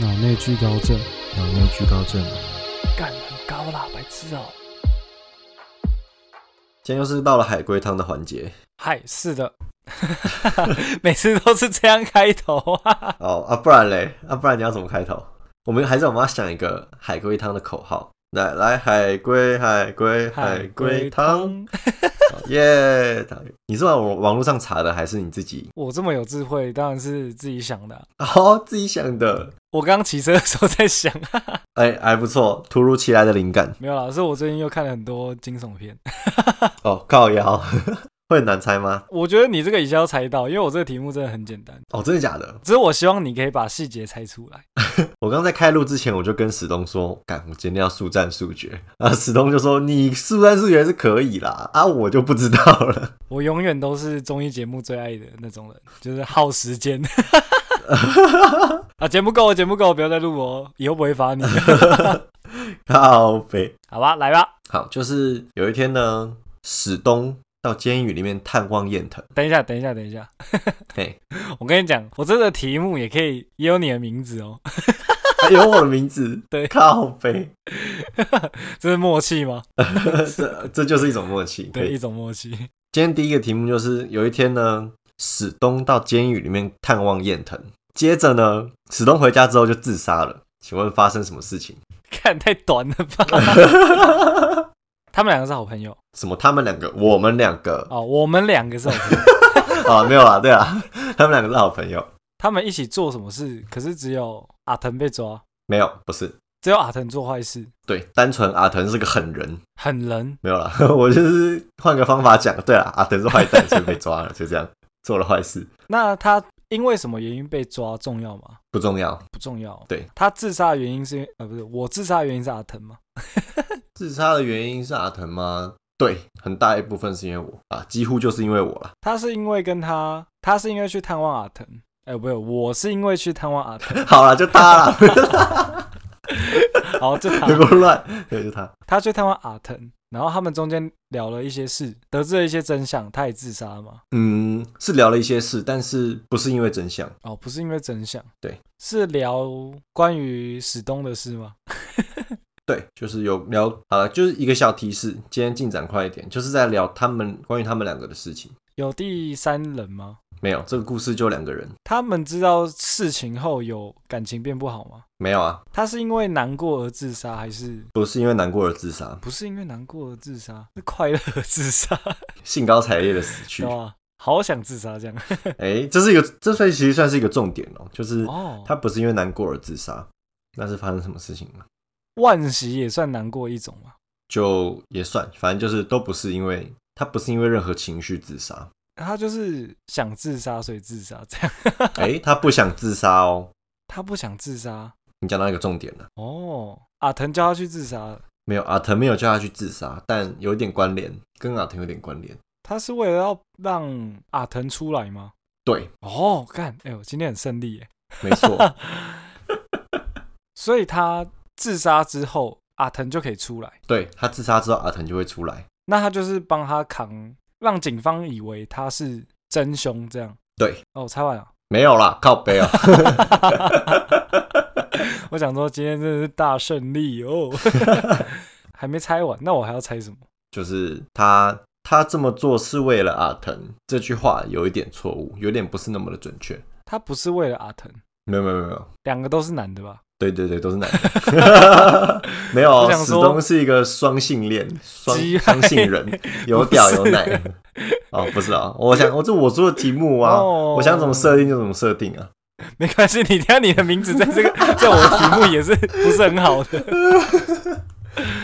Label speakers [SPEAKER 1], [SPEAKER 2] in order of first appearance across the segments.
[SPEAKER 1] 脑内聚高症。
[SPEAKER 2] 脑内聚高症。
[SPEAKER 3] 干很高啦，白痴哦、
[SPEAKER 4] 今天又是到了海龟汤的环节。
[SPEAKER 3] 嗨，是的， 每次都是这样开头啊。
[SPEAKER 4] 哦啊，不然嘞，啊不然你要怎么开头？我们还是我们要想一个海龟汤的口号。来来，海龟海龟海龟汤，好耶！好你是往网络上查的，还是你自己
[SPEAKER 3] 我这么有智慧，当然是自己想的啊、
[SPEAKER 4] 哦自己想的？
[SPEAKER 3] 我刚骑车的时候在想、啊，
[SPEAKER 4] 哎，还不错，突如其来的灵感。
[SPEAKER 3] 没有啦，是我最近又看了很多惊悚片。
[SPEAKER 4] 哦，靠腰， 会很难猜吗？
[SPEAKER 3] 我觉得你这个一下要猜到，因为我这个题目真的很简单，
[SPEAKER 4] 哦，真的假的？
[SPEAKER 3] 只是我希望你可以把细节猜出来。
[SPEAKER 4] 我刚在开录之前，我就跟史东说，干，我今天要速战速决。啊，史东就说你速战速决是可以啦，啊，我就不知道了。
[SPEAKER 3] 我永远都是综艺节目最爱的那种人，就是耗时间。啊，节目够了，节目够了，不要再录哦，以后不会罚你。
[SPEAKER 4] 靠北。
[SPEAKER 3] 好吧，来吧。
[SPEAKER 4] 好，就是有一天呢，史东到监狱里面探望燕腾，
[SPEAKER 3] 等一下，等一下，等一下，
[SPEAKER 4] 嘿，
[SPEAKER 3] 我跟你讲，我这个题目也可以也有你的名字哦，
[SPEAKER 4] 还有哎我的名字，
[SPEAKER 3] 对
[SPEAKER 4] 靠 背，
[SPEAKER 3] 这是默契吗？
[SPEAKER 4] 这这就是一种默契。可
[SPEAKER 3] 对，
[SPEAKER 4] 以
[SPEAKER 3] 一种默契。
[SPEAKER 4] 今天第一个题目就是有一天呢，史东到监狱里面探望燕腾，接着呢，史东回家之后就自杀了。请问发生什么事情？
[SPEAKER 3] 看太短了吧？他们两个是好朋友
[SPEAKER 4] 什么？他们两个，我们两个
[SPEAKER 3] 哦，我们两个是好朋友。
[SPEAKER 4] 啊，没有啦，对 啊，他们两个是好朋友。
[SPEAKER 3] 他们一起做什么事？可是只有阿腾被抓，
[SPEAKER 4] 没有，不是，
[SPEAKER 3] 只有阿腾做坏事，
[SPEAKER 4] 对，单纯阿腾是个狠人，
[SPEAKER 3] 狠人。
[SPEAKER 4] 没有啦， 我就是换个方法讲。对啦，阿腾是坏蛋，所以被抓了，就这样做了坏事，
[SPEAKER 3] 那他因为什么原因被抓重要吗？
[SPEAKER 4] 不重要。
[SPEAKER 3] 不重要。
[SPEAKER 4] 对，
[SPEAKER 3] 他自杀的原因是因为呃，不是我自杀的原因是阿腾吗？
[SPEAKER 4] 自杀的原因是阿腾吗？对，很大一部分是因为我啊，几乎就是因为我了。
[SPEAKER 3] 他是因为跟他，他是因为去探望阿腾。哎、不是，我是因为去探望阿 腾。
[SPEAKER 4] 好了，就他了，
[SPEAKER 3] 好，就他
[SPEAKER 4] 别给我乱，对，就他。
[SPEAKER 3] 他去探望阿腾，然后他们中间聊了一些事，得知了一些真相，他也自杀了嘛？
[SPEAKER 4] 嗯，是聊了一些事，但是不是因为真相？
[SPEAKER 3] 哦，不是因为真相，
[SPEAKER 4] 对，
[SPEAKER 3] 是聊关于史东的事吗？
[SPEAKER 4] 对，就是有聊好了，就是一个小提示，今天进展快一点，就是在聊他们关于他们两个的事情。
[SPEAKER 3] 有第三人吗？
[SPEAKER 4] 没有，这个故事就两个人，
[SPEAKER 3] 他们知道事情后有感情变不好吗？
[SPEAKER 4] 没有啊，
[SPEAKER 3] 他是因为难过而自杀，还是
[SPEAKER 4] 不是因为难过而自杀，
[SPEAKER 3] 不是因为难过而自杀？是快乐而自杀，
[SPEAKER 4] 兴高采烈的死去
[SPEAKER 3] 对。吧？好想自杀这样
[SPEAKER 4] 哎，这是一个，这算其实算是一个重点哦，就是
[SPEAKER 3] 哦。
[SPEAKER 4] 他不是因为难过而自杀，那是发生什么事情吗？
[SPEAKER 3] 万喜也算难过一种嘛？
[SPEAKER 4] 就也算，反正就是都不是因为他不是因为任何情绪自杀，
[SPEAKER 3] 他就是想自杀，所以自杀这样。
[SPEAKER 4] 哎，他不想自杀哦。
[SPEAKER 3] 他不想自杀
[SPEAKER 4] 你讲到一个重点了，
[SPEAKER 3] 哦。阿腾叫他去自杀了，
[SPEAKER 4] 没有阿腾没有叫他去自杀，但有点关联，跟阿腾有点关联。
[SPEAKER 3] 他是为了要让阿腾出来吗？
[SPEAKER 4] 对，
[SPEAKER 3] 哦，干，哎呦，今天很胜利耶！
[SPEAKER 4] 没错，
[SPEAKER 3] 所以他自杀之后，阿腾就可以出来。
[SPEAKER 4] 对他自杀之后，阿腾就会出来。
[SPEAKER 3] 那他就是帮他扛，让警方以为他是真凶这样。
[SPEAKER 4] 对，
[SPEAKER 3] 哦，我猜完 了。
[SPEAKER 4] 没有啦，靠背啊。
[SPEAKER 3] 我想说今天真的是大胜利哦， 还没猜完，那我还要猜什么？
[SPEAKER 4] 就是他他这么做是为了阿腾这句话有一点错误，有点不是那么的准确。
[SPEAKER 3] 他不是为了阿腾，
[SPEAKER 4] 没有没有没有没有，
[SPEAKER 3] 两个都是男的吧？
[SPEAKER 4] 对对对，都是男 的。没有
[SPEAKER 3] 我，想说
[SPEAKER 4] 史东是一个双性恋，双
[SPEAKER 3] 鸡
[SPEAKER 4] 双 性人，有屌有奶
[SPEAKER 3] 不。
[SPEAKER 4] 哦，不是啊，我想我这我做的题目啊，
[SPEAKER 3] 哦
[SPEAKER 4] 我想怎么设定就怎么设定啊。
[SPEAKER 3] 没关系，你看你的名字在这个在我的题目也是不是很好的，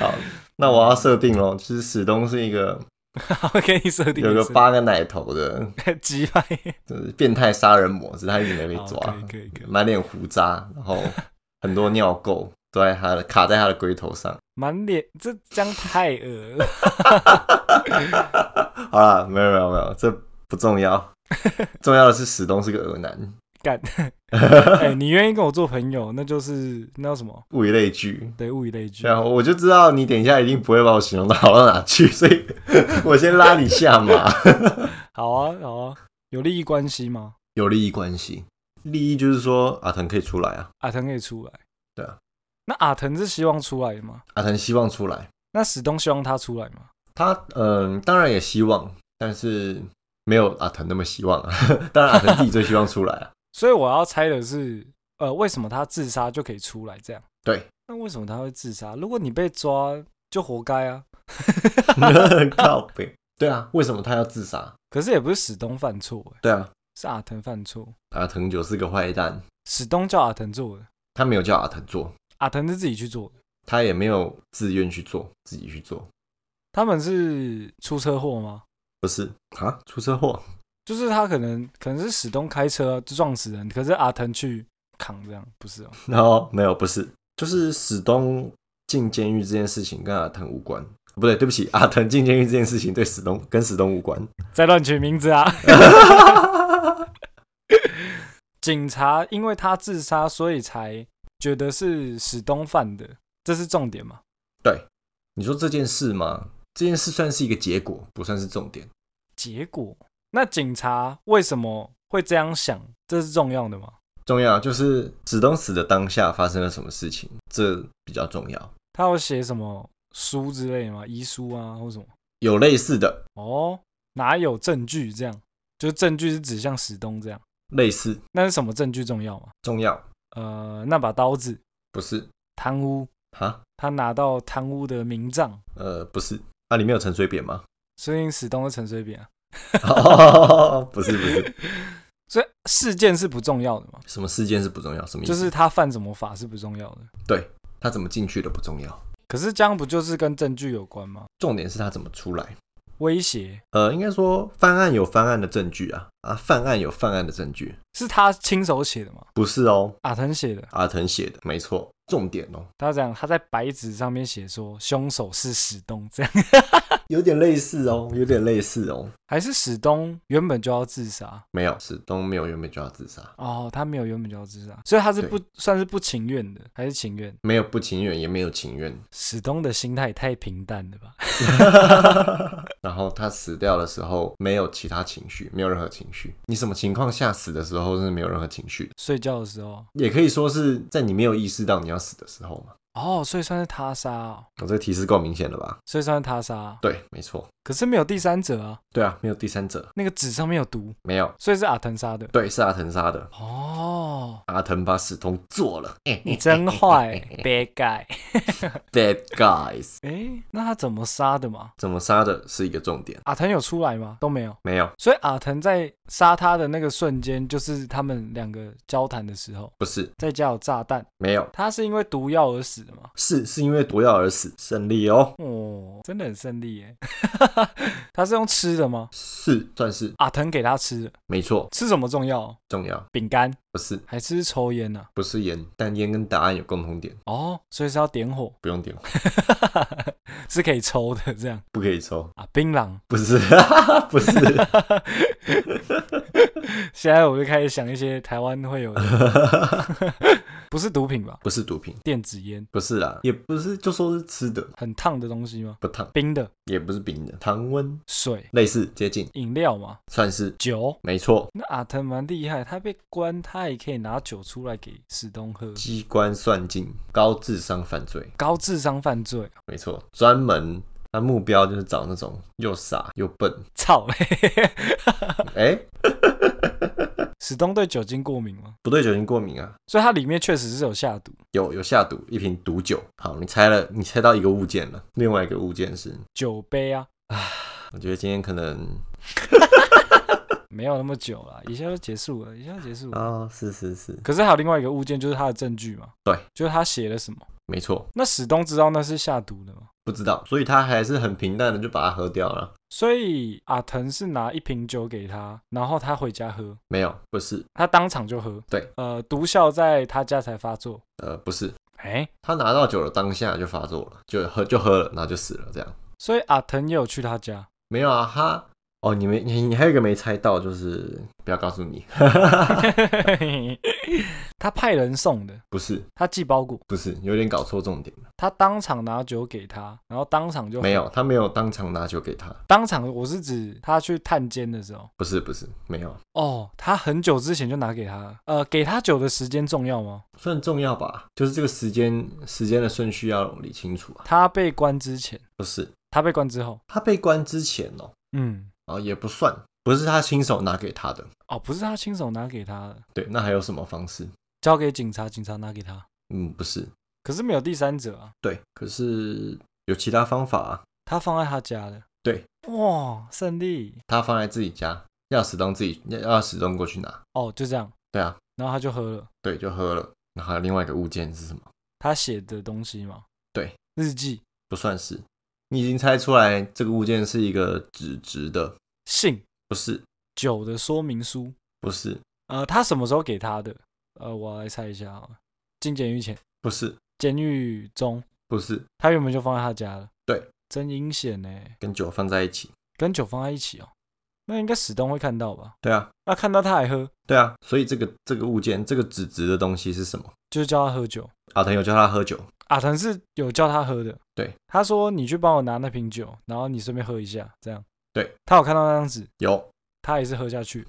[SPEAKER 4] 好，那我要设定咯，就是史东是一个
[SPEAKER 3] 我给你设定
[SPEAKER 4] 有
[SPEAKER 3] 一
[SPEAKER 4] 个
[SPEAKER 3] 次
[SPEAKER 4] 八个奶头的，
[SPEAKER 3] 击败，
[SPEAKER 4] 就是变态杀人魔，只是他一直没被
[SPEAKER 3] 好
[SPEAKER 4] 抓。
[SPEAKER 3] 可以可以可以，
[SPEAKER 4] 满脸胡渣，然后很多尿垢都在他的卡在他的龟头上。
[SPEAKER 3] 满脸这这样太恶了，
[SPEAKER 4] 好啦，没有没有没有，这不重 要，重要的是史东是个恶男，
[SPEAKER 3] 干，哎、你愿意跟我做朋友，那就是那叫什么？
[SPEAKER 4] 物以类聚。
[SPEAKER 3] 对，物以类聚。
[SPEAKER 2] 啊
[SPEAKER 4] 然后我就知道你等一下一定不会把我形容的好到哪去， 所以我先 拉你下马。
[SPEAKER 3] 好啊，好啊，有利益关系吗？
[SPEAKER 4] 有利益关系，
[SPEAKER 2] 利益就是说阿腾可以出来啊，
[SPEAKER 3] 阿腾可以出来。
[SPEAKER 2] 对啊，
[SPEAKER 3] 那阿腾是希望出来的吗？
[SPEAKER 2] 阿腾希望出来，
[SPEAKER 3] 那史东希望他出来吗？
[SPEAKER 2] 他嗯、当然也希望，但是没有阿腾那么希望啊。 当然阿腾自己最希望出来啊，
[SPEAKER 3] 所以我要猜的是，呃，为什么他自杀就可以出来这样？
[SPEAKER 2] 对，
[SPEAKER 3] 那为什么他会自杀？如果你被抓，就活该啊。
[SPEAKER 2] 靠背。对啊，为什么他要自杀？
[SPEAKER 3] 可是也不是史东犯错、欸，
[SPEAKER 2] 对啊，
[SPEAKER 3] 是阿腾犯错。
[SPEAKER 2] 阿腾九是个坏蛋，
[SPEAKER 3] 史东叫阿腾做的，
[SPEAKER 2] 他没有叫阿腾做，
[SPEAKER 3] 阿腾是自己去做的。
[SPEAKER 2] 他也没有自愿去做，自己去做，
[SPEAKER 3] 他们是出车祸吗？
[SPEAKER 2] 不是啊？出车祸？
[SPEAKER 3] 就是他可能可能是史东开车就撞死人，可是阿腾去扛这样，不是哦？
[SPEAKER 2] 然后没有，不是，就是史东进监狱这件事情跟阿腾无关。不对，对不起，阿腾进监狱这件事情对史东跟史东无关。
[SPEAKER 3] 在乱取名字啊！ 警察因为他自杀，所以才觉得是史东犯的，这是重点嘛？
[SPEAKER 2] 你说这件事吗？这件事算是一个结果，不算是重点。
[SPEAKER 3] 结果，那警察为什么会这样想？这是重要的吗？
[SPEAKER 2] 重要就是史东死的当下发生了什么事情，这比较重要。
[SPEAKER 3] 他有写什么书之类吗？遗书啊，或什么？
[SPEAKER 2] 有类似的，
[SPEAKER 3] 哦，哪有证据？这样，就证据是指向史东这样。
[SPEAKER 2] 类似
[SPEAKER 3] 那是什么证据重要吗？
[SPEAKER 2] 重要
[SPEAKER 3] 呃，那把刀子，
[SPEAKER 2] 不是
[SPEAKER 3] 贪污，
[SPEAKER 2] 哈？
[SPEAKER 3] 他拿到贪污的名账，
[SPEAKER 2] 呃，不是啊，里面有陈水扁吗？
[SPEAKER 3] 所以史东是陈水扁啊。
[SPEAKER 2] 哦，不是不是，
[SPEAKER 3] 所以事件是不重要的嘛，
[SPEAKER 2] 什么事件是不重要，什么意思？
[SPEAKER 3] 就是他犯什么法是不重要的。
[SPEAKER 2] 他怎么进去的不重要，
[SPEAKER 3] 可是这样不就是跟证据有关吗？
[SPEAKER 2] 重点是他怎么出来。
[SPEAKER 3] 威胁
[SPEAKER 2] 呃，应该说犯案有犯案的证据啊啊，犯案有犯案的证据，
[SPEAKER 3] 是他亲手写的吗？
[SPEAKER 2] 不是哦，
[SPEAKER 3] 阿腾写的，
[SPEAKER 2] 阿腾写的，没错，重点哦，
[SPEAKER 3] 他这样，他在白纸上面写说凶手是史东，这样
[SPEAKER 2] 有点类似哦，有点类似哦，
[SPEAKER 3] 还是史东原本就要自杀
[SPEAKER 2] 没有，史东没有原本就要自杀，
[SPEAKER 3] 哦，他没有原本就要自杀，所以他是不算是不情愿的，还是情愿？
[SPEAKER 2] 没有不情愿，也没有情 愿。
[SPEAKER 3] 史东的心态也太平淡了吧？
[SPEAKER 2] 然后他死掉的时候没有其他情绪，没有任何情绪。你什么情况下死的时候是没有任何情绪的？
[SPEAKER 3] 睡觉的时候，
[SPEAKER 2] 也可以说是在你没有意识到你要死的时候嘛。
[SPEAKER 3] 哦，所以算是他杀、哦，
[SPEAKER 2] 我、这个提示够明显了吧？
[SPEAKER 3] 所以算是他杀哦、
[SPEAKER 2] 对，没错，
[SPEAKER 3] 可是没有第三者啊，
[SPEAKER 2] 对啊，没有第三者，
[SPEAKER 3] 那个纸上面有毒，
[SPEAKER 2] 没有，
[SPEAKER 3] 所以是阿腾杀的。
[SPEAKER 2] 对，是阿腾杀的。
[SPEAKER 3] 哦，
[SPEAKER 2] 阿腾把史通做了
[SPEAKER 3] 你真坏，bad guy。
[SPEAKER 2] ，Dead Guys
[SPEAKER 3] 诶，那他怎么杀的嘛？
[SPEAKER 2] 怎么杀的是一个重点，
[SPEAKER 3] 阿腾有出来吗？都没有。
[SPEAKER 2] 没有，
[SPEAKER 3] 所以阿腾在杀他的那个瞬间，就是他们两个交谈的时候，
[SPEAKER 2] 不是，
[SPEAKER 3] 在家有炸弹，
[SPEAKER 2] 没有，
[SPEAKER 3] 他是因为毒药而死的嘛？
[SPEAKER 2] 是是因为毒药而死，胜利哦，
[SPEAKER 3] 哦，真的很胜利耶！ 他是用吃的吗？
[SPEAKER 2] 是算是
[SPEAKER 3] 阿腾给他吃的，
[SPEAKER 2] 没错，
[SPEAKER 3] 吃什么重要？
[SPEAKER 2] 重要
[SPEAKER 3] 饼干
[SPEAKER 2] 不是
[SPEAKER 3] 还是抽烟呢、
[SPEAKER 2] 不是烟，但烟跟答案有共同点，
[SPEAKER 3] 哦，所以是要点火，
[SPEAKER 2] 不用点，
[SPEAKER 3] 是可以抽的这样
[SPEAKER 2] 不可以抽，
[SPEAKER 3] 啊。槟榔，
[SPEAKER 2] 不是 不是，
[SPEAKER 3] 现在我就开始想一些台湾会有的， 不是毒品吧？
[SPEAKER 2] 不是毒品，
[SPEAKER 3] 电子烟，
[SPEAKER 2] 不是啦，也不是就说是吃的，
[SPEAKER 3] 很烫的东西吗？
[SPEAKER 2] 不烫，
[SPEAKER 3] 冰的
[SPEAKER 2] 也不是冰的，糖温
[SPEAKER 3] 水、
[SPEAKER 2] 类似接近，
[SPEAKER 3] 饮料嘛，
[SPEAKER 2] 算是
[SPEAKER 3] 酒。
[SPEAKER 2] 没错，
[SPEAKER 3] 那阿腾蛮厉害，他被关，他也可以拿酒出来给史东喝。
[SPEAKER 2] 机关算尽，高智商犯罪，
[SPEAKER 3] 高智商犯罪，啊
[SPEAKER 2] 没错，专门。他目标就是找那种又傻又笨，
[SPEAKER 3] 操！嘿嘿嘿
[SPEAKER 2] 哎、
[SPEAKER 3] 史东对酒精过敏吗？
[SPEAKER 2] 不对酒精过敏啊，
[SPEAKER 3] 所以它里面确实是有下毒，
[SPEAKER 2] 有有下毒，一瓶毒酒。好，你猜了，你猜到一个物件了，另外一个物件是，
[SPEAKER 3] 酒杯啊，
[SPEAKER 2] 我觉得今天可能
[SPEAKER 3] 没有那么久了，一下就结束了，一下就结束了。
[SPEAKER 2] 啊、是是是，
[SPEAKER 3] 可是还有另外一个物件，就是他的证据嘛，
[SPEAKER 2] 对，
[SPEAKER 3] 就是他写了什么。
[SPEAKER 2] 没错，
[SPEAKER 3] 那史东知道那是下毒的吗？
[SPEAKER 2] 不知道，所以他还是很平淡的就把它喝掉了。
[SPEAKER 3] 所以阿腾是拿一瓶酒给他，然后他回家喝，
[SPEAKER 2] 没有，不是，
[SPEAKER 3] 他当场就喝。
[SPEAKER 2] 对，
[SPEAKER 3] 呃，毒效在他家才发作。
[SPEAKER 2] 呃，不是，
[SPEAKER 3] 哎、
[SPEAKER 2] 他拿到酒的当下就发作了，就喝就喝了，然后就死了，这样
[SPEAKER 3] 所以阿腾也有去他家，
[SPEAKER 2] 没有啊？他哦，你没你你还有一个没猜到，就是不要告诉你，
[SPEAKER 3] 他派人送的，
[SPEAKER 2] 不是
[SPEAKER 3] 他寄包裹，
[SPEAKER 2] 不是，有点搞错重点了。
[SPEAKER 3] 他当场拿酒给他，然后当场就
[SPEAKER 2] 没有，他没有当场拿酒给他，
[SPEAKER 3] 当场，我是指他去探监的时候。
[SPEAKER 2] 不是不是，没有，
[SPEAKER 3] 哦，他很久之前就拿给他了。呃，给他酒的时间重要吗？
[SPEAKER 2] 算重要吧，就是这个时间时间的顺序要理清楚啊。
[SPEAKER 3] 他被关之前，
[SPEAKER 2] 不是
[SPEAKER 3] 他被关之后，
[SPEAKER 2] 他被关之前哦，
[SPEAKER 3] 嗯，
[SPEAKER 2] 啊也不算，不是他亲手拿给他的。
[SPEAKER 3] 哦，不是他亲手拿给他的，
[SPEAKER 2] 对，那还有什么方式？
[SPEAKER 3] 交给警察，警察拿给他，
[SPEAKER 2] 嗯，不是，
[SPEAKER 3] 可是没有第三者啊，
[SPEAKER 2] 对，可是有其他方法啊。
[SPEAKER 3] 他放在他家的。
[SPEAKER 2] 对，
[SPEAKER 3] 哇，胜利
[SPEAKER 2] 他放在自己家，钥匙当自己钥钥匙当过去拿。
[SPEAKER 3] 哦，就这样，
[SPEAKER 2] 对啊，
[SPEAKER 3] 然后他就喝了
[SPEAKER 2] 对，就喝了。然后还有另外一个物件是什么？
[SPEAKER 3] 他写的东西嘛，
[SPEAKER 2] 对，
[SPEAKER 3] 日记、
[SPEAKER 2] 不算是，你已经猜出来这个物件是一个纸质的，
[SPEAKER 3] 信、
[SPEAKER 2] 不是，
[SPEAKER 3] 酒的说明书。
[SPEAKER 2] 不是，
[SPEAKER 3] 呃，他什么时候给他的？呃，我来猜一下好啊了，进监狱前，
[SPEAKER 2] 不是，
[SPEAKER 3] 监狱中，
[SPEAKER 2] 不是，
[SPEAKER 3] 他原本就放在他家了。
[SPEAKER 2] 对，
[SPEAKER 3] 真阴险呢，
[SPEAKER 2] 跟酒放在一起。
[SPEAKER 3] 跟酒放在一起哦。那应该史东会看到吧？
[SPEAKER 2] 对啊，
[SPEAKER 3] 那看到他还喝，
[SPEAKER 2] 对啊，所以这个这个物件，这个纸质的东西是什么？
[SPEAKER 3] 就是叫他喝酒。
[SPEAKER 2] 阿腾有叫他喝酒，
[SPEAKER 3] 阿腾是有叫他喝的，
[SPEAKER 2] 对，
[SPEAKER 3] 他说你去帮我拿那瓶酒，然后你顺便喝一下，这样。
[SPEAKER 2] 对，
[SPEAKER 3] 他有看到那张纸，
[SPEAKER 2] 有
[SPEAKER 3] 他也是喝下去了。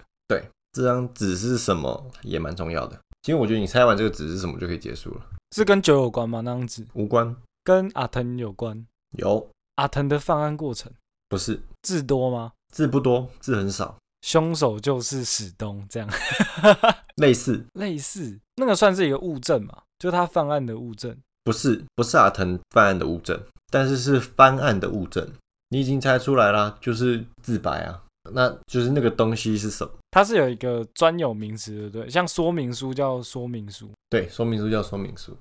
[SPEAKER 2] 这张纸是什么也蛮重要的。其实我觉得你猜完这个纸是什么就可以结束了，
[SPEAKER 3] 是跟酒有关吗？那张纸
[SPEAKER 2] 无关。
[SPEAKER 3] 跟阿腾有关。
[SPEAKER 2] 有
[SPEAKER 3] 阿腾的犯案过程
[SPEAKER 2] 不是
[SPEAKER 3] 字多吗？
[SPEAKER 2] 字不多，字很少，
[SPEAKER 3] 凶手就是史东，这样
[SPEAKER 2] 类似
[SPEAKER 3] 类似那个算是一个物证嘛，就他犯案的物证。
[SPEAKER 2] 不是不是阿腾犯案的物证，但是是翻案的物证。你已经猜出来啦，就是自白啊，那就是那个东西是什么？
[SPEAKER 3] 它是有一个专有名词，对不对？像说明书叫说明书，
[SPEAKER 2] 对，说明书叫说明书。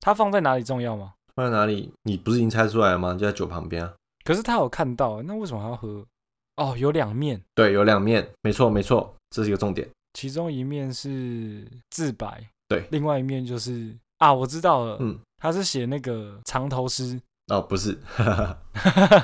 [SPEAKER 3] 它放在哪里重要吗？
[SPEAKER 2] 放在哪里？你不是已经猜出来了吗？就在酒旁边啊。
[SPEAKER 3] 可是他有看到，那为什么还要喝？哦，有两面，
[SPEAKER 2] 对，有两面，没错没错，这是一个重点。
[SPEAKER 3] 其中一面是自白，
[SPEAKER 2] 对
[SPEAKER 3] 另外一面就是啊，我知道了，
[SPEAKER 2] 嗯，
[SPEAKER 3] 他是写那个藏头诗，
[SPEAKER 2] 哦，不是，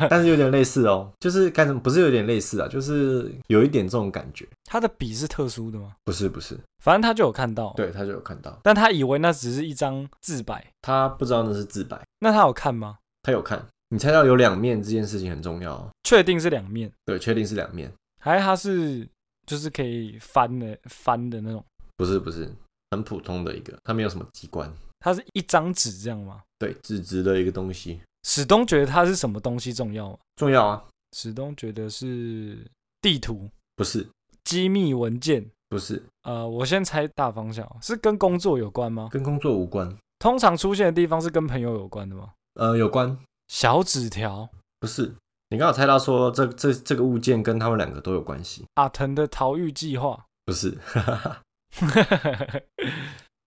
[SPEAKER 2] 但是有点类似哦，就是干什么？不是有点类似啊，就是有一点这种感觉。
[SPEAKER 3] 他的笔是特殊的吗？
[SPEAKER 2] 不是不是，
[SPEAKER 3] 反正他就有看到，，
[SPEAKER 2] 对他就有看到，
[SPEAKER 3] 但他以为那只是一张自白，
[SPEAKER 2] 他不知道那是自白，
[SPEAKER 3] 那他有看吗？
[SPEAKER 2] 他有看。你猜到有两面这件事情很重要、哦，
[SPEAKER 3] 确定是两面，
[SPEAKER 2] 对，确定是两面，
[SPEAKER 3] 还是他是就是可以翻的翻的那种？
[SPEAKER 2] 不是不是，很普通的一个，它没有什么机关，
[SPEAKER 3] 它是一张纸这样吗？
[SPEAKER 2] 对，纸质的一个东西，
[SPEAKER 3] 史东觉得它是什么东西重要吗？
[SPEAKER 2] 重要啊？
[SPEAKER 3] 史东觉得是地图、
[SPEAKER 2] 不是
[SPEAKER 3] 机密文件。
[SPEAKER 2] 不是，
[SPEAKER 3] 呃，我先猜大方向哦，是跟工作有关吗？
[SPEAKER 2] 跟工作无关，
[SPEAKER 3] 通常出现的地方是跟朋友有关的吗？
[SPEAKER 2] 呃，有关，
[SPEAKER 3] 小纸条，
[SPEAKER 2] 不是。你刚好猜到说这这这个物件跟他们两个都有关系，
[SPEAKER 3] 阿腾啊的逃狱计划。
[SPEAKER 2] 不是？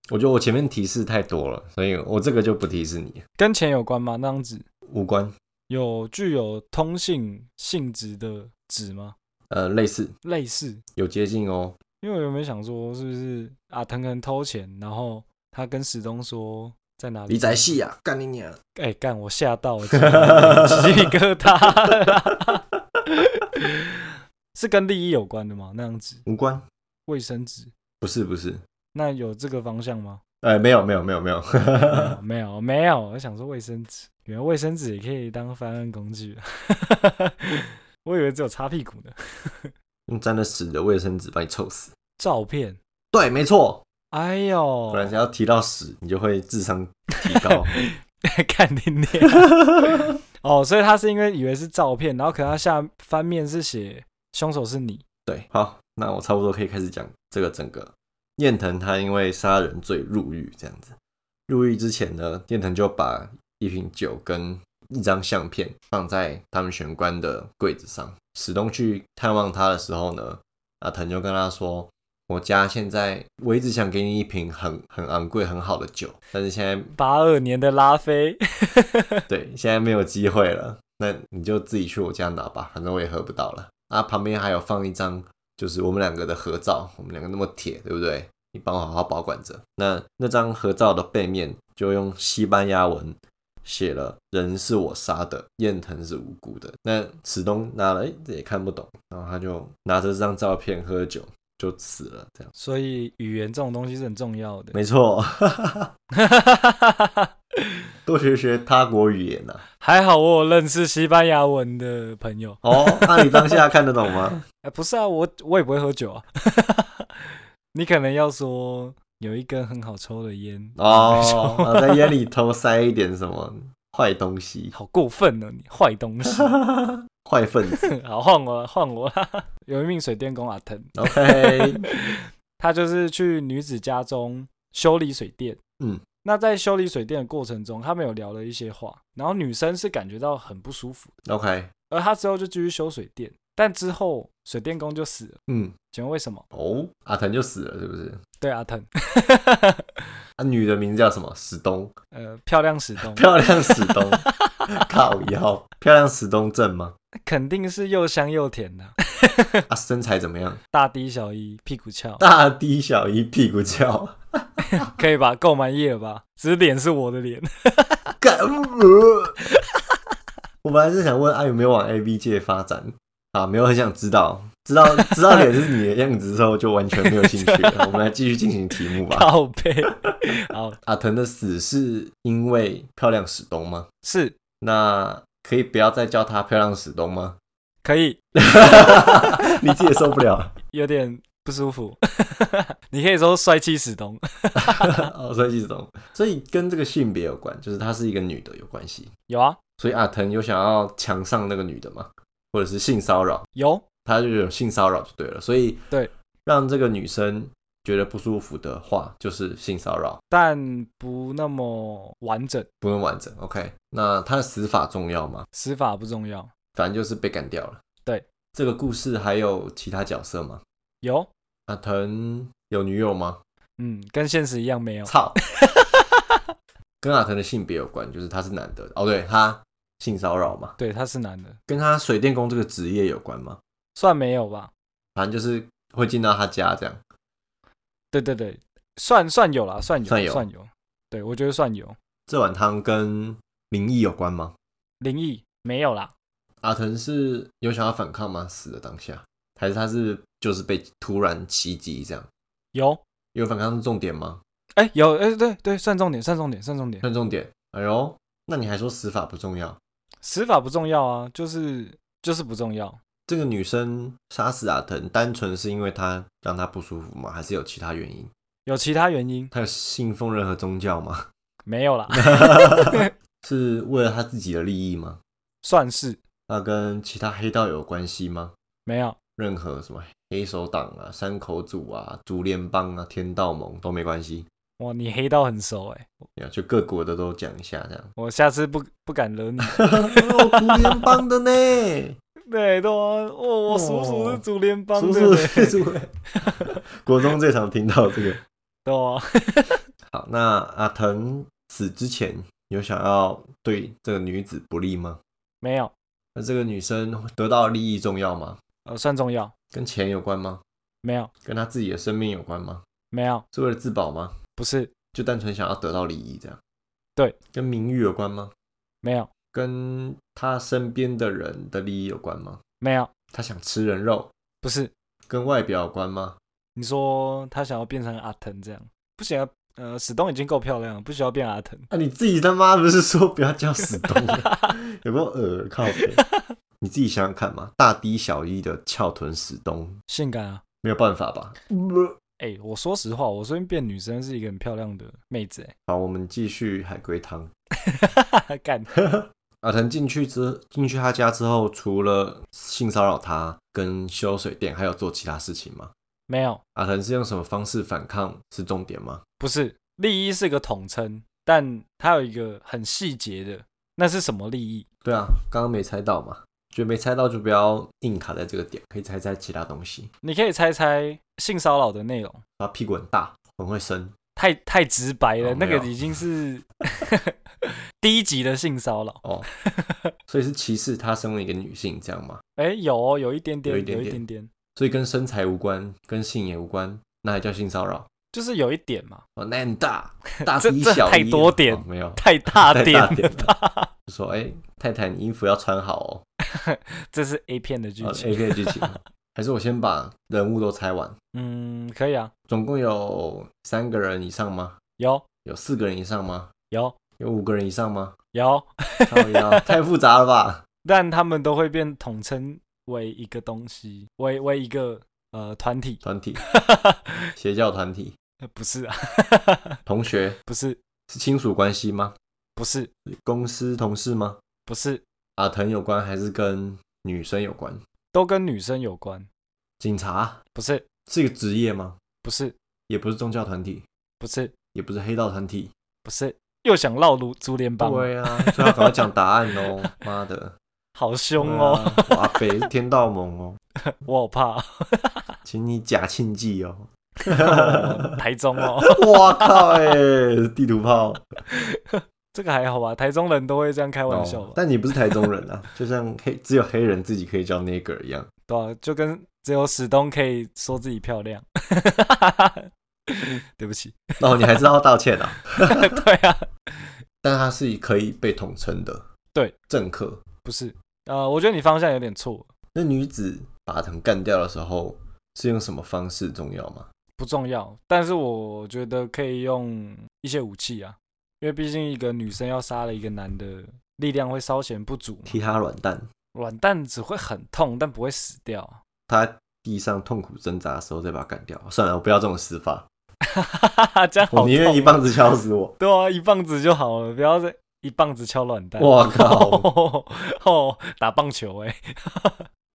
[SPEAKER 2] 我觉得我前面提示太多了，所以我这个就不提示你，
[SPEAKER 3] 跟钱有关吗？那张纸
[SPEAKER 2] 无关，
[SPEAKER 3] 有具有通信性质的纸吗？
[SPEAKER 2] 呃，类似
[SPEAKER 3] 类似，
[SPEAKER 2] 有接近哦，
[SPEAKER 3] 因为我原本想说是不是阿腾可能偷钱，然后他跟史东说在哪里？
[SPEAKER 2] 李仔戏啊，干你娘！
[SPEAKER 3] 哎、干我吓到了，鸡皮疙瘩。 是跟利益有关的吗？那张纸，
[SPEAKER 2] 无关，
[SPEAKER 3] 卫生纸，
[SPEAKER 2] 不是不是，
[SPEAKER 3] 那有这个方向吗？
[SPEAKER 2] 呃，没有没有没有没有，
[SPEAKER 3] 没有，没有。我想说卫生纸，原来卫生纸也可以当翻案工具。 我以为只有擦屁股呢。
[SPEAKER 2] 用沾了屎的卫生纸把你臭死。
[SPEAKER 3] 照片，
[SPEAKER 2] 对，没错，
[SPEAKER 3] 哎
[SPEAKER 2] 不
[SPEAKER 3] 呦，
[SPEAKER 2] 然只要提到屎，你就会智商提高。
[SPEAKER 3] 看你脸。哦，所以他是因为以为是照片，然后可能他下翻面是写凶手是你。
[SPEAKER 2] 对，好，那我差不多可以开始讲这个整个燕腾他因为杀人罪入狱这样子。入狱之前呢，燕腾就把一瓶酒跟一张相片放在他们玄关的柜子上。史东去探望他的时候呢，阿腾就跟他说：“我家现在我一直想给你一瓶很 很昂贵很好的酒，但是现在
[SPEAKER 3] 八二年的拉菲，
[SPEAKER 2] 对， 现在没有机会了，那你就自己去我家拿吧，反正我也喝不到了。啊，旁边还有放一张，就是我们两个的合照，我们两个那么铁，对不对？你帮我好好保管着。那那张合照的背面就用西班牙文写了“人是我杀的，燕腾是无辜的”。那史东拿了，哎、这也看不懂，然后他就拿着这张照片喝酒就死了，这样
[SPEAKER 3] 所以语言这种东西是很重要的。
[SPEAKER 2] 没错， 多学学他国语言啊呐、
[SPEAKER 3] 还好我有认识西班牙文的朋友。
[SPEAKER 2] 哦，那、你当下看得懂吗？
[SPEAKER 3] 哎、不是啊，我我也不会喝酒啊。 你可能要说有一根很好抽的烟
[SPEAKER 2] 哦，
[SPEAKER 3] 然后
[SPEAKER 2] 啊在烟里头塞一点什么坏东西，
[SPEAKER 3] 好过分哦，你坏东西。
[SPEAKER 2] 坏分子。
[SPEAKER 3] 好，换我了，换我了。有一名水电工阿腾，
[SPEAKER 2] OK，
[SPEAKER 3] 他就是去女子家中修理水电。
[SPEAKER 2] 嗯，
[SPEAKER 3] 那在修理水电的过程中，他们有聊了一些话，然后女生是感觉到很不舒服的，
[SPEAKER 2] OK，
[SPEAKER 3] 而他之后就继续修水电，但之后水电工就死了。
[SPEAKER 2] 嗯，
[SPEAKER 3] 请问为什么？
[SPEAKER 2] 哦，阿腾就死了，是不是？
[SPEAKER 3] 对阿腾，
[SPEAKER 2] 啊，女的名字叫什么？史东，
[SPEAKER 3] 呃，漂亮史东
[SPEAKER 2] 漂亮史东， 靠腰，漂亮史东正吗？
[SPEAKER 3] 肯定是又香又甜 的，
[SPEAKER 2] 啊，身材怎么样？
[SPEAKER 3] 大低小一，屁股翘，
[SPEAKER 2] 大低小一，屁股翘，
[SPEAKER 3] 可以吧？够满意了吧？只是脸是我的 脸，
[SPEAKER 2] 干。呃我本来是想问，啊，有没有往 A B 界发展啊？没有，很想知道，知道 知道脸是你的样子之后，就完全没有兴趣了。我们来继续进行题目吧。
[SPEAKER 3] 靠背。好，
[SPEAKER 2] 阿腾的死是因为漂亮史东吗？
[SPEAKER 3] 是
[SPEAKER 2] 那可以不要再叫她漂亮史东吗？
[SPEAKER 3] 可以，
[SPEAKER 2] 你自己也受不了，
[SPEAKER 3] 有点不舒 服。你可以说帅气史东，
[SPEAKER 2] 哦，所以史东，所以跟这个性别有关，就是她是一个女的有关系。
[SPEAKER 3] 有啊，
[SPEAKER 2] 所以阿腾有想要强上那个女的吗？或者是性骚扰？
[SPEAKER 3] 有
[SPEAKER 2] 他就有性骚扰就对了。所以
[SPEAKER 3] 对，
[SPEAKER 2] 让这个女生觉得不舒服的话，就是性骚扰，
[SPEAKER 3] 但不那么完整，
[SPEAKER 2] 不能完整。OK，那他的死法重要吗？
[SPEAKER 3] 死法不重要。
[SPEAKER 2] 反正就是被干掉了。
[SPEAKER 3] 对，
[SPEAKER 2] 这个故事还有其他角色吗？
[SPEAKER 3] 有，
[SPEAKER 2] 阿腾有女友吗？
[SPEAKER 3] 嗯，跟现实一样没有。
[SPEAKER 2] 操， 跟阿腾的性别有关，就是他是男的。哦，对，他性骚扰嘛，
[SPEAKER 3] 对，他是男的，
[SPEAKER 2] 跟他水电工这个职业有关吗？
[SPEAKER 3] 算没有吧？
[SPEAKER 2] 反正就是会进到他家这样。
[SPEAKER 3] 对对对，算算有啦，算有，
[SPEAKER 2] 算有
[SPEAKER 3] 对，我觉得算有。
[SPEAKER 2] 这碗汤跟灵异有关吗？
[SPEAKER 3] 灵异没有啦，
[SPEAKER 2] 阿腾是有想要反抗吗？死的当下，还是他是就是被突然袭击这样？
[SPEAKER 3] 有，
[SPEAKER 2] 有反抗是重点吗？
[SPEAKER 3] 哎、有，哎、对对，算重点，算重点，算重点。
[SPEAKER 2] 算重点。哎呦，那你还说死法不重要？
[SPEAKER 3] 死法不重要啊，就是就是不重要。
[SPEAKER 2] 这个女生杀死阿腾，单纯是因为她让她不舒服吗？还是有其他原因？
[SPEAKER 3] 有其他原因
[SPEAKER 2] 她有信奉任何宗教吗？
[SPEAKER 3] 没 有啦？
[SPEAKER 2] 是为了她自己的利益吗？
[SPEAKER 3] 算是
[SPEAKER 2] 那跟其他黑道有关系吗？
[SPEAKER 3] 没有，
[SPEAKER 2] 任何什么黑手党啊、山口组啊、竹联帮啊、天道盟都没关系，
[SPEAKER 3] 哇，你黑道很熟哎、
[SPEAKER 2] 对啊就各国的都讲一下这样。
[SPEAKER 3] 我下次不不敢惹你。
[SPEAKER 2] 哦，竹联帮的 呢，
[SPEAKER 3] 对对、啊，我我叔叔是主联帮
[SPEAKER 2] 哦叔
[SPEAKER 3] 的
[SPEAKER 2] 叔
[SPEAKER 3] 呢，
[SPEAKER 2] 是 竹联。 国中最常听到这个。
[SPEAKER 3] 对啊，
[SPEAKER 2] 好，那阿腾死之前有想要对这个女子不利吗？
[SPEAKER 3] 没有，
[SPEAKER 2] 那这个女生得到利益重要吗？
[SPEAKER 3] 呃，算重要，
[SPEAKER 2] 跟钱有关吗？
[SPEAKER 3] 没有
[SPEAKER 2] 跟她自己的生命有关吗？
[SPEAKER 3] 没有，
[SPEAKER 2] 是为了自保吗？
[SPEAKER 3] 不是
[SPEAKER 2] 就单纯想要得到利益这样？
[SPEAKER 3] 对，
[SPEAKER 2] 跟名誉有关吗？
[SPEAKER 3] 没有
[SPEAKER 2] 跟她身边的人的利益有关吗？
[SPEAKER 3] 没有，
[SPEAKER 2] 她想吃人肉，
[SPEAKER 3] 不是。
[SPEAKER 2] 跟外表有关吗？
[SPEAKER 3] 你说他想要变成阿腾这样，不行啊，呃，史东已经够漂亮了，不需要变阿腾。
[SPEAKER 2] 啊，你自己他妈不是说不要叫死东的， 有没有耳靠北？你自己想想看嘛，大低小一的翘臀死东，
[SPEAKER 3] 性感啊！
[SPEAKER 2] 没有办法吧？
[SPEAKER 3] 哎、我说实话，我身边变女生是一个很漂亮的妹子、
[SPEAKER 2] 好，我们继续海龟汤。
[SPEAKER 3] 哎， 干，
[SPEAKER 2] 阿腾进去之进去他家之后，除了性骚扰他、跟修水电，还有做其他事情吗？
[SPEAKER 3] 没有，
[SPEAKER 2] 阿腾是用什么方式反抗是重点吗？
[SPEAKER 3] 不是利益是个统称，但它有一个很细节的，那是什么利益？
[SPEAKER 2] 对啊，刚刚没猜到嘛，觉得没猜到就不要硬卡在这个点，可以猜猜其他东西。
[SPEAKER 3] 你可以猜猜性骚扰的内容，
[SPEAKER 2] 他屁股很大，很会生，
[SPEAKER 3] 太太直白了，
[SPEAKER 2] 哦
[SPEAKER 3] 那
[SPEAKER 2] 没有
[SPEAKER 3] 个已经 是低级的性骚扰。
[SPEAKER 2] 哦，所以是歧视她身为一个女性这样吗？
[SPEAKER 3] 哎、有哦，有一点点，
[SPEAKER 2] 有一点点
[SPEAKER 3] 点点，
[SPEAKER 2] 所以跟身材无关，跟性也无关，那还叫性骚扰？
[SPEAKER 3] 就是有一点嘛，
[SPEAKER 2] 哦，那 很大，大
[SPEAKER 3] 这
[SPEAKER 2] 一
[SPEAKER 3] 这
[SPEAKER 2] 小
[SPEAKER 3] 太
[SPEAKER 2] 一
[SPEAKER 3] 多点
[SPEAKER 2] 哦没有
[SPEAKER 3] 太大
[SPEAKER 2] 太
[SPEAKER 3] 点
[SPEAKER 2] 大
[SPEAKER 3] 了
[SPEAKER 2] 点了
[SPEAKER 3] 吧？
[SPEAKER 2] 就说哎、太太，你衣服要穿好哦。
[SPEAKER 3] 这是 A 片的剧
[SPEAKER 2] 啊
[SPEAKER 3] 情。
[SPEAKER 2] ，A 片剧情，还是我先把人物都猜完，
[SPEAKER 3] 嗯，可以啊，
[SPEAKER 2] 总共有三个人以上吗？
[SPEAKER 3] 有
[SPEAKER 2] 有四个人以上吗？
[SPEAKER 3] 有
[SPEAKER 2] 有五个人以上吗？
[SPEAKER 3] 有，
[SPEAKER 2] 靠腰 太复杂了吧？
[SPEAKER 3] 但他们都会变统称为一个东西，为为一个呃团体，
[SPEAKER 2] 团体，邪教团体，
[SPEAKER 3] 不是啊，
[SPEAKER 2] 同学
[SPEAKER 3] 不是
[SPEAKER 2] 是亲属关系吗？
[SPEAKER 3] 不是
[SPEAKER 2] 是公司同事吗？
[SPEAKER 3] 不是，
[SPEAKER 2] 阿腾有关还是跟女生有关？
[SPEAKER 3] 都跟女生有关，
[SPEAKER 2] 警察
[SPEAKER 3] 不是
[SPEAKER 2] 是一个职业吗？
[SPEAKER 3] 不是
[SPEAKER 2] 也不是宗教团体，
[SPEAKER 3] 不是
[SPEAKER 2] 也不是黑道团体。
[SPEAKER 3] 不是，又想绕路珠联邦，
[SPEAKER 2] 对啊，最好赶快讲答案哦！ 妈的，
[SPEAKER 3] 好凶
[SPEAKER 2] 对
[SPEAKER 3] 哦，
[SPEAKER 2] 啊我阿北是天道盟哦，
[SPEAKER 3] 我好怕 哦，
[SPEAKER 2] 请你假庆 忌哦。
[SPEAKER 3] 台中哦，
[SPEAKER 2] 我靠哎、地图炮！
[SPEAKER 3] 这个还好吧，台中人都会这样开玩笑
[SPEAKER 2] 哦
[SPEAKER 3] 吧？
[SPEAKER 2] 但你不是台中人啊，就像黑只有黑人自己可以叫 nigger 一样。
[SPEAKER 3] 对啊，就跟只有史东可以说自己漂 亮。对不起，
[SPEAKER 2] 哦，你还知道道歉啊？
[SPEAKER 3] 对啊，
[SPEAKER 2] 但他是可以被统称的。
[SPEAKER 3] 对，
[SPEAKER 2] 政客。
[SPEAKER 3] 不是，呃，我觉得你方向有点错，
[SPEAKER 2] 那女子把藤干掉的时候是用什么方式重要吗？
[SPEAKER 3] 不重要，但是我觉得可以用一些武器啊，因为毕竟一个女生要杀了一个男的，力量会稍显不足嘛，
[SPEAKER 2] 踢他软蛋，
[SPEAKER 3] 软蛋只会很痛，但不会死掉 啊。
[SPEAKER 2] 他在地上痛苦挣扎的时候再把他干掉。算了，我不要这种死法，
[SPEAKER 3] 这样好痛、啊
[SPEAKER 2] 我宁愿一棒子敲死我。
[SPEAKER 3] 对啊，一棒子就好了，不要再一棒子敲软蛋。
[SPEAKER 2] 我靠，
[SPEAKER 3] 哦 哦，打棒球哎、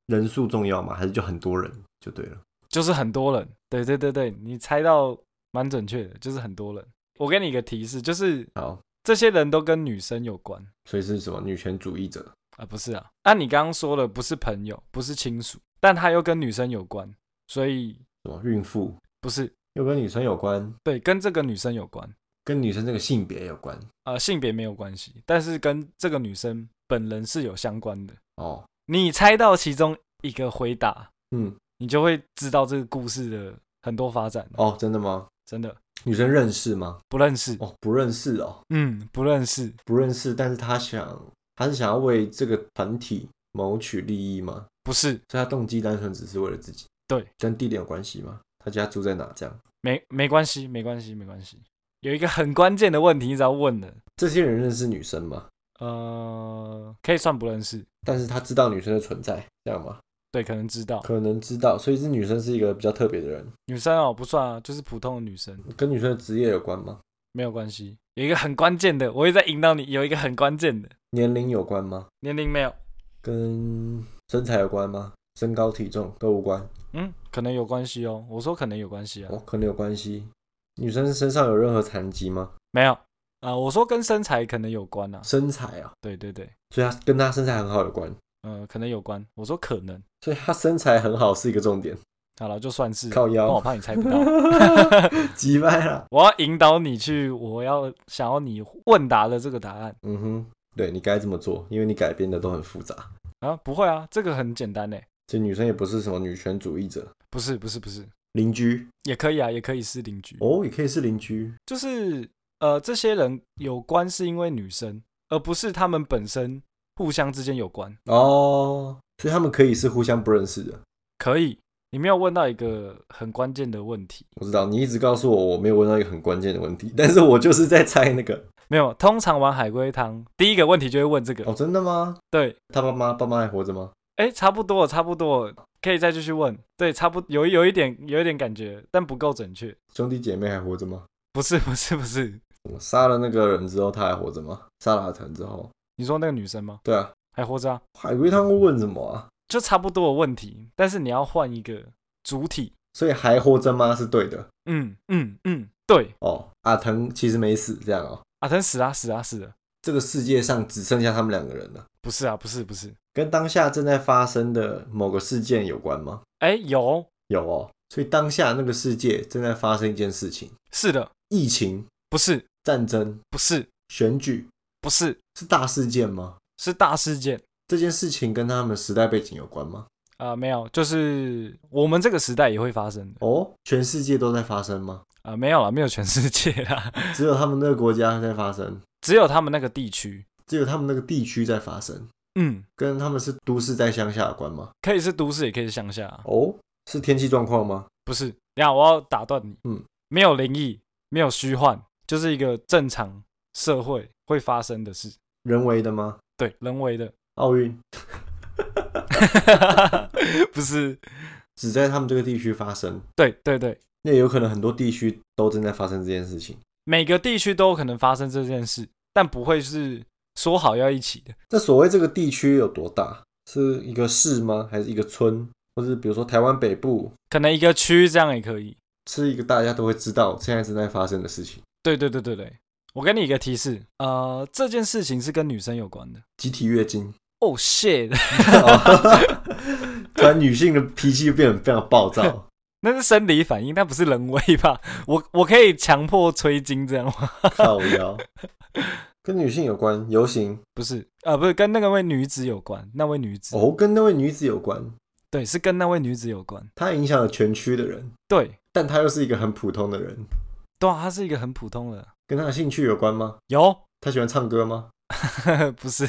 [SPEAKER 2] 人数重要吗？还是就很多人就对了？
[SPEAKER 3] 就是很多人。对对对对，你猜到蛮准确的，就是很多人。我给你一个提示，就是
[SPEAKER 2] 好，
[SPEAKER 3] 这些人都跟女生有关
[SPEAKER 2] 所以是什么女权主义者？
[SPEAKER 3] 啊、不是啊？那、你刚刚说了，不是朋友，不是亲属，但他又跟女生有关，所以
[SPEAKER 2] 什么孕妇？
[SPEAKER 3] 不是
[SPEAKER 2] 又跟女生有关，
[SPEAKER 3] 对，跟这个女生有关，
[SPEAKER 2] 跟女生这个性别有关
[SPEAKER 3] 呃，性别没有关系，但是跟这个女生本人是有相关的。
[SPEAKER 2] 哦。
[SPEAKER 3] 你猜到其中一个回答，
[SPEAKER 2] 嗯，
[SPEAKER 3] 你就会知道这个故事的很多发展。
[SPEAKER 2] 哦，真的吗？
[SPEAKER 3] 真的
[SPEAKER 2] 女生认识吗？
[SPEAKER 3] 不认识，
[SPEAKER 2] 哦，不认识哦，
[SPEAKER 3] 嗯，不认识，
[SPEAKER 2] 不认识。但是她想，她是想要为这个团体谋取利益吗？
[SPEAKER 3] 不是，
[SPEAKER 2] 所以她动机单纯只是为了自己。
[SPEAKER 3] 对，
[SPEAKER 2] 跟地点有关系吗？她家住在哪？这样，
[SPEAKER 3] 没没关系，没关系，没关系。有一个很关键的问题，你只要问了，
[SPEAKER 2] 这些人认识女生吗？
[SPEAKER 3] 呃，可以算不认识，
[SPEAKER 2] 但是她知道女生的存在，这样吗？
[SPEAKER 3] 对，可能知道。
[SPEAKER 2] 可能知道，所以这女生是一个比较特别的人，
[SPEAKER 3] 女生哦，不算啊，就是普通的女生，
[SPEAKER 2] 跟女生的职业有关吗？
[SPEAKER 3] 没有关系。有一个很关键的，我会再引导你。有一个很关键的
[SPEAKER 2] 年龄有关吗？
[SPEAKER 3] 年龄没有，
[SPEAKER 2] 跟身材有关吗？身高体重都无关。
[SPEAKER 3] 嗯，可能有关系哦。我说可能有关系啊，
[SPEAKER 2] 哦，可能有关系。女生身上有任何残疾吗？
[SPEAKER 3] 没有。啊、我说跟身材可能有关啊，
[SPEAKER 2] 身材啊，
[SPEAKER 3] 对对对，
[SPEAKER 2] 所以她跟她身材很好有关，
[SPEAKER 3] 呃，可能有关。我说可能，
[SPEAKER 2] 所以她身材很好是一个重点。
[SPEAKER 3] 好了，就算是，啊
[SPEAKER 2] 靠
[SPEAKER 3] 但我
[SPEAKER 2] 腰，
[SPEAKER 3] 怕你猜不到。
[SPEAKER 2] 击败了。
[SPEAKER 3] 我要引导你去，我要想要你问答的这个答案
[SPEAKER 2] 嗯哼，对你该这么做，因为你改编的都很复杂。
[SPEAKER 3] 啊，不会啊，这个很简单嘞，
[SPEAKER 2] 这女生也不是什么女权主义者，
[SPEAKER 3] 不是不是不是，
[SPEAKER 2] 邻居
[SPEAKER 3] 也可以啊，也可以是邻居，
[SPEAKER 2] 哦，也可以是邻居。
[SPEAKER 3] 就是呃，这些人有关是因为女生，而不是他们本身互相之间有关，
[SPEAKER 2] 哦，所以他们可以是互相不认识的。
[SPEAKER 3] 可以。你没有问到一个很关键的问题，
[SPEAKER 2] 我知道你一直告诉我，我没有问到一个很关键的问题， 但是我就是在猜那个。
[SPEAKER 3] 没有。通常玩海龟汤，第一个问题就会问这个，
[SPEAKER 2] 哦，真的吗？
[SPEAKER 3] 对，
[SPEAKER 2] 他爸妈爸妈还活着吗？
[SPEAKER 3] 哎，差不多了，差不多了，可以再继续问，对，差不有有一点有一点感觉，但不够准确，
[SPEAKER 2] 兄弟姐妹还活着吗？
[SPEAKER 3] 不是不是不是，
[SPEAKER 2] 怎么杀了那个人之后他还活着吗？杀了阿腾之后，
[SPEAKER 3] 你说那个女生吗？
[SPEAKER 2] 对啊，
[SPEAKER 3] 还活着啊？
[SPEAKER 2] 海龟汤会问什么啊？
[SPEAKER 3] 就差不多的问题，但是你要换一个主体。
[SPEAKER 2] 所以还活着吗是对的
[SPEAKER 3] 嗯嗯嗯，对，
[SPEAKER 2] 哦。阿腾其实没死，这样哦。
[SPEAKER 3] 阿腾死啊死啊死了，
[SPEAKER 2] 这个世界上只剩下他们两个人了，
[SPEAKER 3] 不是啊不是不是，
[SPEAKER 2] 跟当下正在发生的某个事件有关吗？
[SPEAKER 3] 哎有
[SPEAKER 2] 有哦，所以当下那个世界正在发生一件事情：
[SPEAKER 3] 是的，
[SPEAKER 2] 疫情、
[SPEAKER 3] 不是
[SPEAKER 2] 战争、
[SPEAKER 3] 不是
[SPEAKER 2] 选举，
[SPEAKER 3] 不是
[SPEAKER 2] 是大事件吗？
[SPEAKER 3] 是大事件，
[SPEAKER 2] 这件事情跟他们时代背景有关吗？
[SPEAKER 3] 啊、没有，就是我们这个时代也会发生的
[SPEAKER 2] 哦，全世界都在发生吗？
[SPEAKER 3] 啊、没有啦，没有全世界啦，
[SPEAKER 2] 只有他们那个国家在发生，
[SPEAKER 3] 只有他们那个地区。
[SPEAKER 2] 只有他们那个地区在发生，
[SPEAKER 3] 嗯，
[SPEAKER 2] 跟他们是都市在乡下有关吗？
[SPEAKER 3] 可以是都市，也可以是乡下，啊
[SPEAKER 2] 哦，是天气状况吗？
[SPEAKER 3] 不是。呀，我要打断你，
[SPEAKER 2] 嗯，
[SPEAKER 3] 没有灵异，没有虚幻，就是一个正常社会会发生的事，
[SPEAKER 2] 人为的吗？
[SPEAKER 3] 对，人为的，
[SPEAKER 2] 奥运
[SPEAKER 3] 不是，
[SPEAKER 2] 只在他们这个地区发生，
[SPEAKER 3] 对对对，
[SPEAKER 2] 那也有可能很多地区都正在发生这件事情。
[SPEAKER 3] 每个地区都有可能发生这件事，但不会是说好要一起的。
[SPEAKER 2] 那所谓这个地区有多大？是一个市吗？还是一个村？或是比如说台湾北部
[SPEAKER 3] 可能一个区这样也可以。
[SPEAKER 2] 是一个大家都会知道现在正在发生的事情？
[SPEAKER 3] 对对对对对，我给你一个提示，呃，这件事情是跟女生有关的。
[SPEAKER 2] 集体月经，
[SPEAKER 3] 哦、shit，
[SPEAKER 2] 突然女性的脾气变得非常暴躁，
[SPEAKER 3] 那是生理反应，那不是人为吧？ 我我可以强迫催经这样吗？
[SPEAKER 2] 靠腰，跟女性有关，游行
[SPEAKER 3] 不是，呃，不是跟那个位女子有关，那位女子，
[SPEAKER 2] 哦，跟那位女子有关，
[SPEAKER 3] 对，是跟那位女子有关。
[SPEAKER 2] 她影响了全区的人，
[SPEAKER 3] 对，
[SPEAKER 2] 但她又是一个很普通的人，
[SPEAKER 3] 对啊，她是一个很普通的，
[SPEAKER 2] 跟她的兴趣有关吗？
[SPEAKER 3] 有，
[SPEAKER 2] 她喜欢唱歌吗？
[SPEAKER 3] 不是，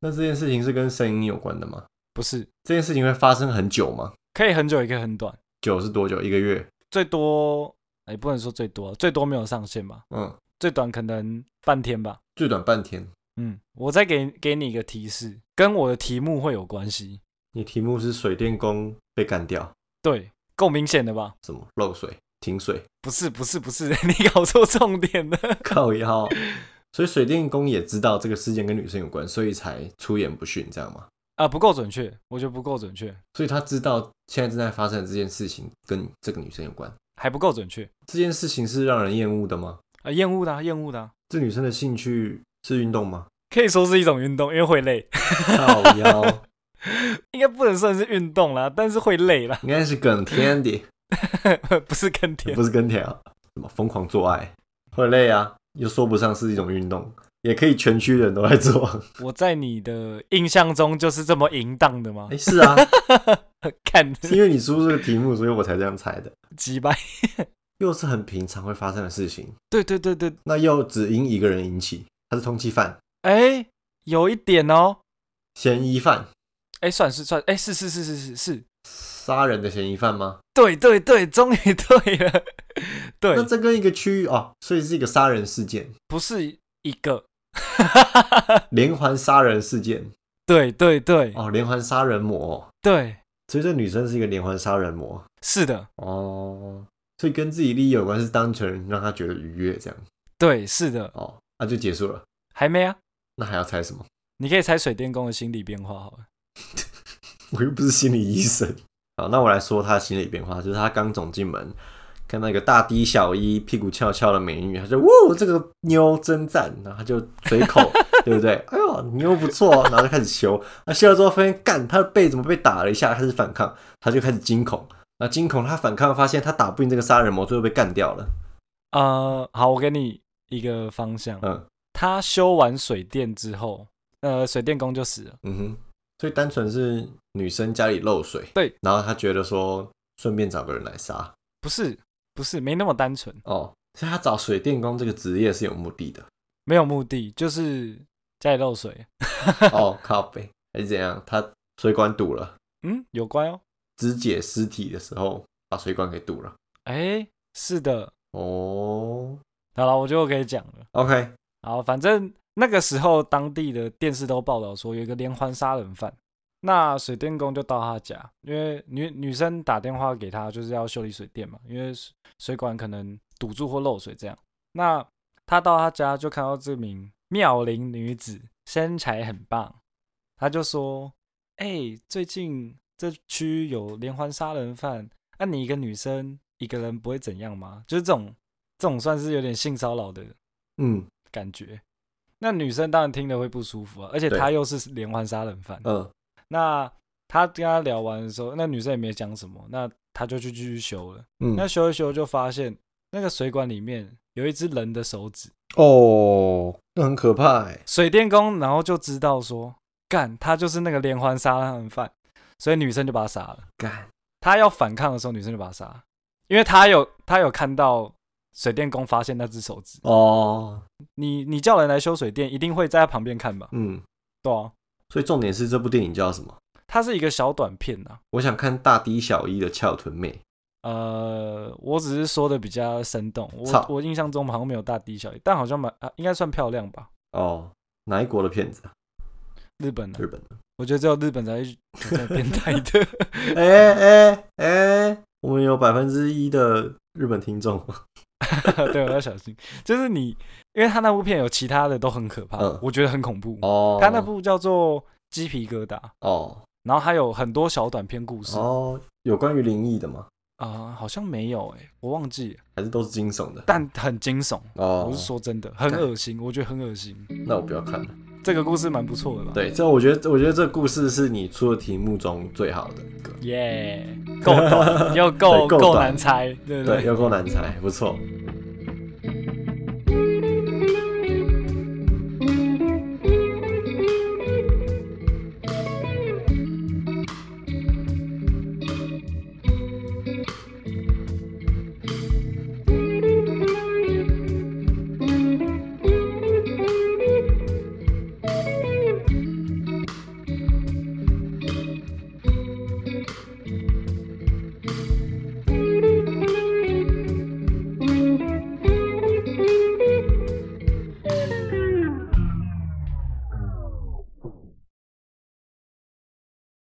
[SPEAKER 2] 那这件事情是跟声音有关的吗？
[SPEAKER 3] 不是，
[SPEAKER 2] 这件事情会发生很久吗？
[SPEAKER 3] 可以很久，也可以很短，
[SPEAKER 2] 久是多久？一个月？
[SPEAKER 3] 最多，也、不能说最多，最多没有上限吧，
[SPEAKER 2] 嗯，
[SPEAKER 3] 最短可能半天吧。
[SPEAKER 2] 最短半天。
[SPEAKER 3] 嗯，我再给给你一个提示，跟我的题目会有关系。
[SPEAKER 2] 你题目是水电工被干掉，
[SPEAKER 3] 对，够明显的吧？
[SPEAKER 2] 什么漏水、停水、
[SPEAKER 3] 不是，不是，不是， 你搞错重点了。
[SPEAKER 2] 靠腰。所以水电工也知道这个事件跟女生有关，所以才出言不逊，这样吗？
[SPEAKER 3] 啊，不够准确，我觉得不够准确，
[SPEAKER 2] 所以他知道现在正在发生的这件事情跟这个女生有关。
[SPEAKER 3] 还不够准确
[SPEAKER 2] 这件事情是让人厌恶的吗？
[SPEAKER 3] 啊！厌恶的、啊，厌恶的、啊，
[SPEAKER 2] 这女生的兴趣是运动吗？
[SPEAKER 3] 可以说是一种运动，因为会累，
[SPEAKER 2] 靠腰，
[SPEAKER 3] 应该不能算是运动啦，但是会累啦，
[SPEAKER 2] 应该是跟天的，
[SPEAKER 3] 不是跟天
[SPEAKER 2] 不是跟条，什么疯狂做爱会累啊，又说不上是一种运动，也可以全区人都在做。
[SPEAKER 3] 我在你的印象中就是这么淫荡的吗
[SPEAKER 2] 哎、？是啊，
[SPEAKER 3] 看
[SPEAKER 2] 是因为你出这个题目，所以我才这样猜的。
[SPEAKER 3] 几百，
[SPEAKER 2] 又是很平常会发生的事情，
[SPEAKER 3] 对对对对，
[SPEAKER 2] 那又只因一个人引起，他是通缉犯、
[SPEAKER 3] 哎、有一点哦，
[SPEAKER 2] 嫌疑犯、
[SPEAKER 3] 哎、算是算，哎、是是是是是是，
[SPEAKER 2] 杀人的嫌疑犯吗？
[SPEAKER 3] 对对对，终于对了，对
[SPEAKER 2] 那，这跟一个区域哦，所以是一个杀人事件，
[SPEAKER 3] 不是一个，
[SPEAKER 2] 连环杀人事件
[SPEAKER 3] 对对对
[SPEAKER 2] 哦，连环杀人魔、哦，
[SPEAKER 3] 对，
[SPEAKER 2] 所以这女生是一个连环杀人魔
[SPEAKER 3] 是的，
[SPEAKER 2] 哦，所以跟自己利益有关，是单纯让她觉得愉悦这样
[SPEAKER 3] 对是的，
[SPEAKER 2] 哦，那、就结束了，
[SPEAKER 3] 还没啊，
[SPEAKER 2] 那还要猜什么？
[SPEAKER 3] 你可以猜水电工的心理变化好了。
[SPEAKER 2] 我又不是心理医生。好，那我来说她的心理变化，就是她刚走进门，看到一个大低小一、屁股翘翘的美女，她就哇，这个妞真赞，然后她就随口，对不对？哎呦，妞不错哦，然后就开始修。那修了之后发现，干，她的背怎么被打了一下，开始反抗，她就开始惊恐。那惊恐，她反抗，发现她打不赢这个杀人魔，最后被干掉了。
[SPEAKER 3] 呃，好，我给你一个方向。
[SPEAKER 2] 嗯
[SPEAKER 3] 他修完水电之后，呃，水电工就死了。
[SPEAKER 2] 嗯哼，所以单纯是女生家里漏水，
[SPEAKER 3] 对，
[SPEAKER 2] 然后她觉得说，顺便找个人来杀，
[SPEAKER 3] 不是，不是，没那么单纯，
[SPEAKER 2] 哦，所以他找水电工这个职业是有目的的。
[SPEAKER 3] 没有目的，就是家里漏水。
[SPEAKER 2] 哦，靠背还是怎样？他水管堵了，
[SPEAKER 3] 嗯，有关哦。
[SPEAKER 2] 肢解尸体的时候把水管给堵了。
[SPEAKER 3] 哎，是的。
[SPEAKER 2] 哦
[SPEAKER 3] 好了，我就可以讲了。
[SPEAKER 2] ，OK，
[SPEAKER 3] 好，反正那个时候当地的电视都报道说有一个连环杀人犯。那水电工就到他家，因为女女生打电话给他，就是要修理水电嘛，因为水水管可能堵住或漏水这样。那他到他家就看到这名妙龄女子，身材很棒，他就说：“哎、最近这区有连环杀人犯，那、你一个女生一个人不会怎样吗？”就是这种这种算是有点性骚扰的
[SPEAKER 2] 嗯
[SPEAKER 3] 感觉。那女生当然听了会不舒服啊，而且
[SPEAKER 2] 对
[SPEAKER 3] 他又是连环杀人犯。
[SPEAKER 2] 嗯，
[SPEAKER 3] 那他跟他聊完的时候，那女生也没讲什么，那他就去继续修了。
[SPEAKER 2] 嗯
[SPEAKER 3] 那修一修就发现那个水管里面有一只人的手指，
[SPEAKER 2] 哦，那很可怕哎。
[SPEAKER 3] 水电工，然后就知道说，干他就是那个连环杀人犯，所以女生就把他杀了。
[SPEAKER 2] 干，
[SPEAKER 3] 他要反抗的时候，女生就把他杀了，因为他有他有看到水电工发现那只手指。
[SPEAKER 2] 哦，
[SPEAKER 3] 你你叫人来修水电，一定会在他旁边看吧？
[SPEAKER 2] 嗯，
[SPEAKER 3] 对啊，
[SPEAKER 2] 所以重点是这部电影叫什么？
[SPEAKER 3] 它是一个小短片啊呐、
[SPEAKER 2] 我想看大 D 小一的翘臀妹。
[SPEAKER 3] 呃，我只是说的比较生动，我
[SPEAKER 2] 操
[SPEAKER 3] 我印象中好像没有大 D 小 E，但好像蛮啊，应该算漂亮吧。
[SPEAKER 2] 哦，哪一国的骗子啊？
[SPEAKER 3] 日本的，
[SPEAKER 2] 日本的。
[SPEAKER 3] 我觉得只有日本才会 有这种变态的。
[SPEAKER 2] 哎哎哎，我们有百分之一的日本听众吗。
[SPEAKER 3] 对，我要小心。就是你，因为他那部片有其他的都很可怕，
[SPEAKER 2] 嗯
[SPEAKER 3] 我觉得很恐怖。
[SPEAKER 2] 哦，
[SPEAKER 3] 他那部叫做《鸡皮疙瘩》，
[SPEAKER 2] 哦
[SPEAKER 3] 然后还有很多小短片故事啊、
[SPEAKER 2] 哦，有关于灵异的吗？
[SPEAKER 3] 好像没有哎、我忘记了，
[SPEAKER 2] 还是都是惊悚的？
[SPEAKER 3] 但很惊悚。
[SPEAKER 2] 哦，
[SPEAKER 3] 我是说真的，很恶心，我觉得很恶心。
[SPEAKER 2] 那我不要看了。
[SPEAKER 3] 这个故事蛮不错的吧？
[SPEAKER 2] 对，这我觉得，我觉得这故事是你出的题目中最好的一个。
[SPEAKER 3] 耶，够短又够
[SPEAKER 2] 对够
[SPEAKER 3] 够
[SPEAKER 2] 短
[SPEAKER 3] 难猜，对不
[SPEAKER 2] 对，
[SPEAKER 3] 对？
[SPEAKER 2] 又够难猜，不错。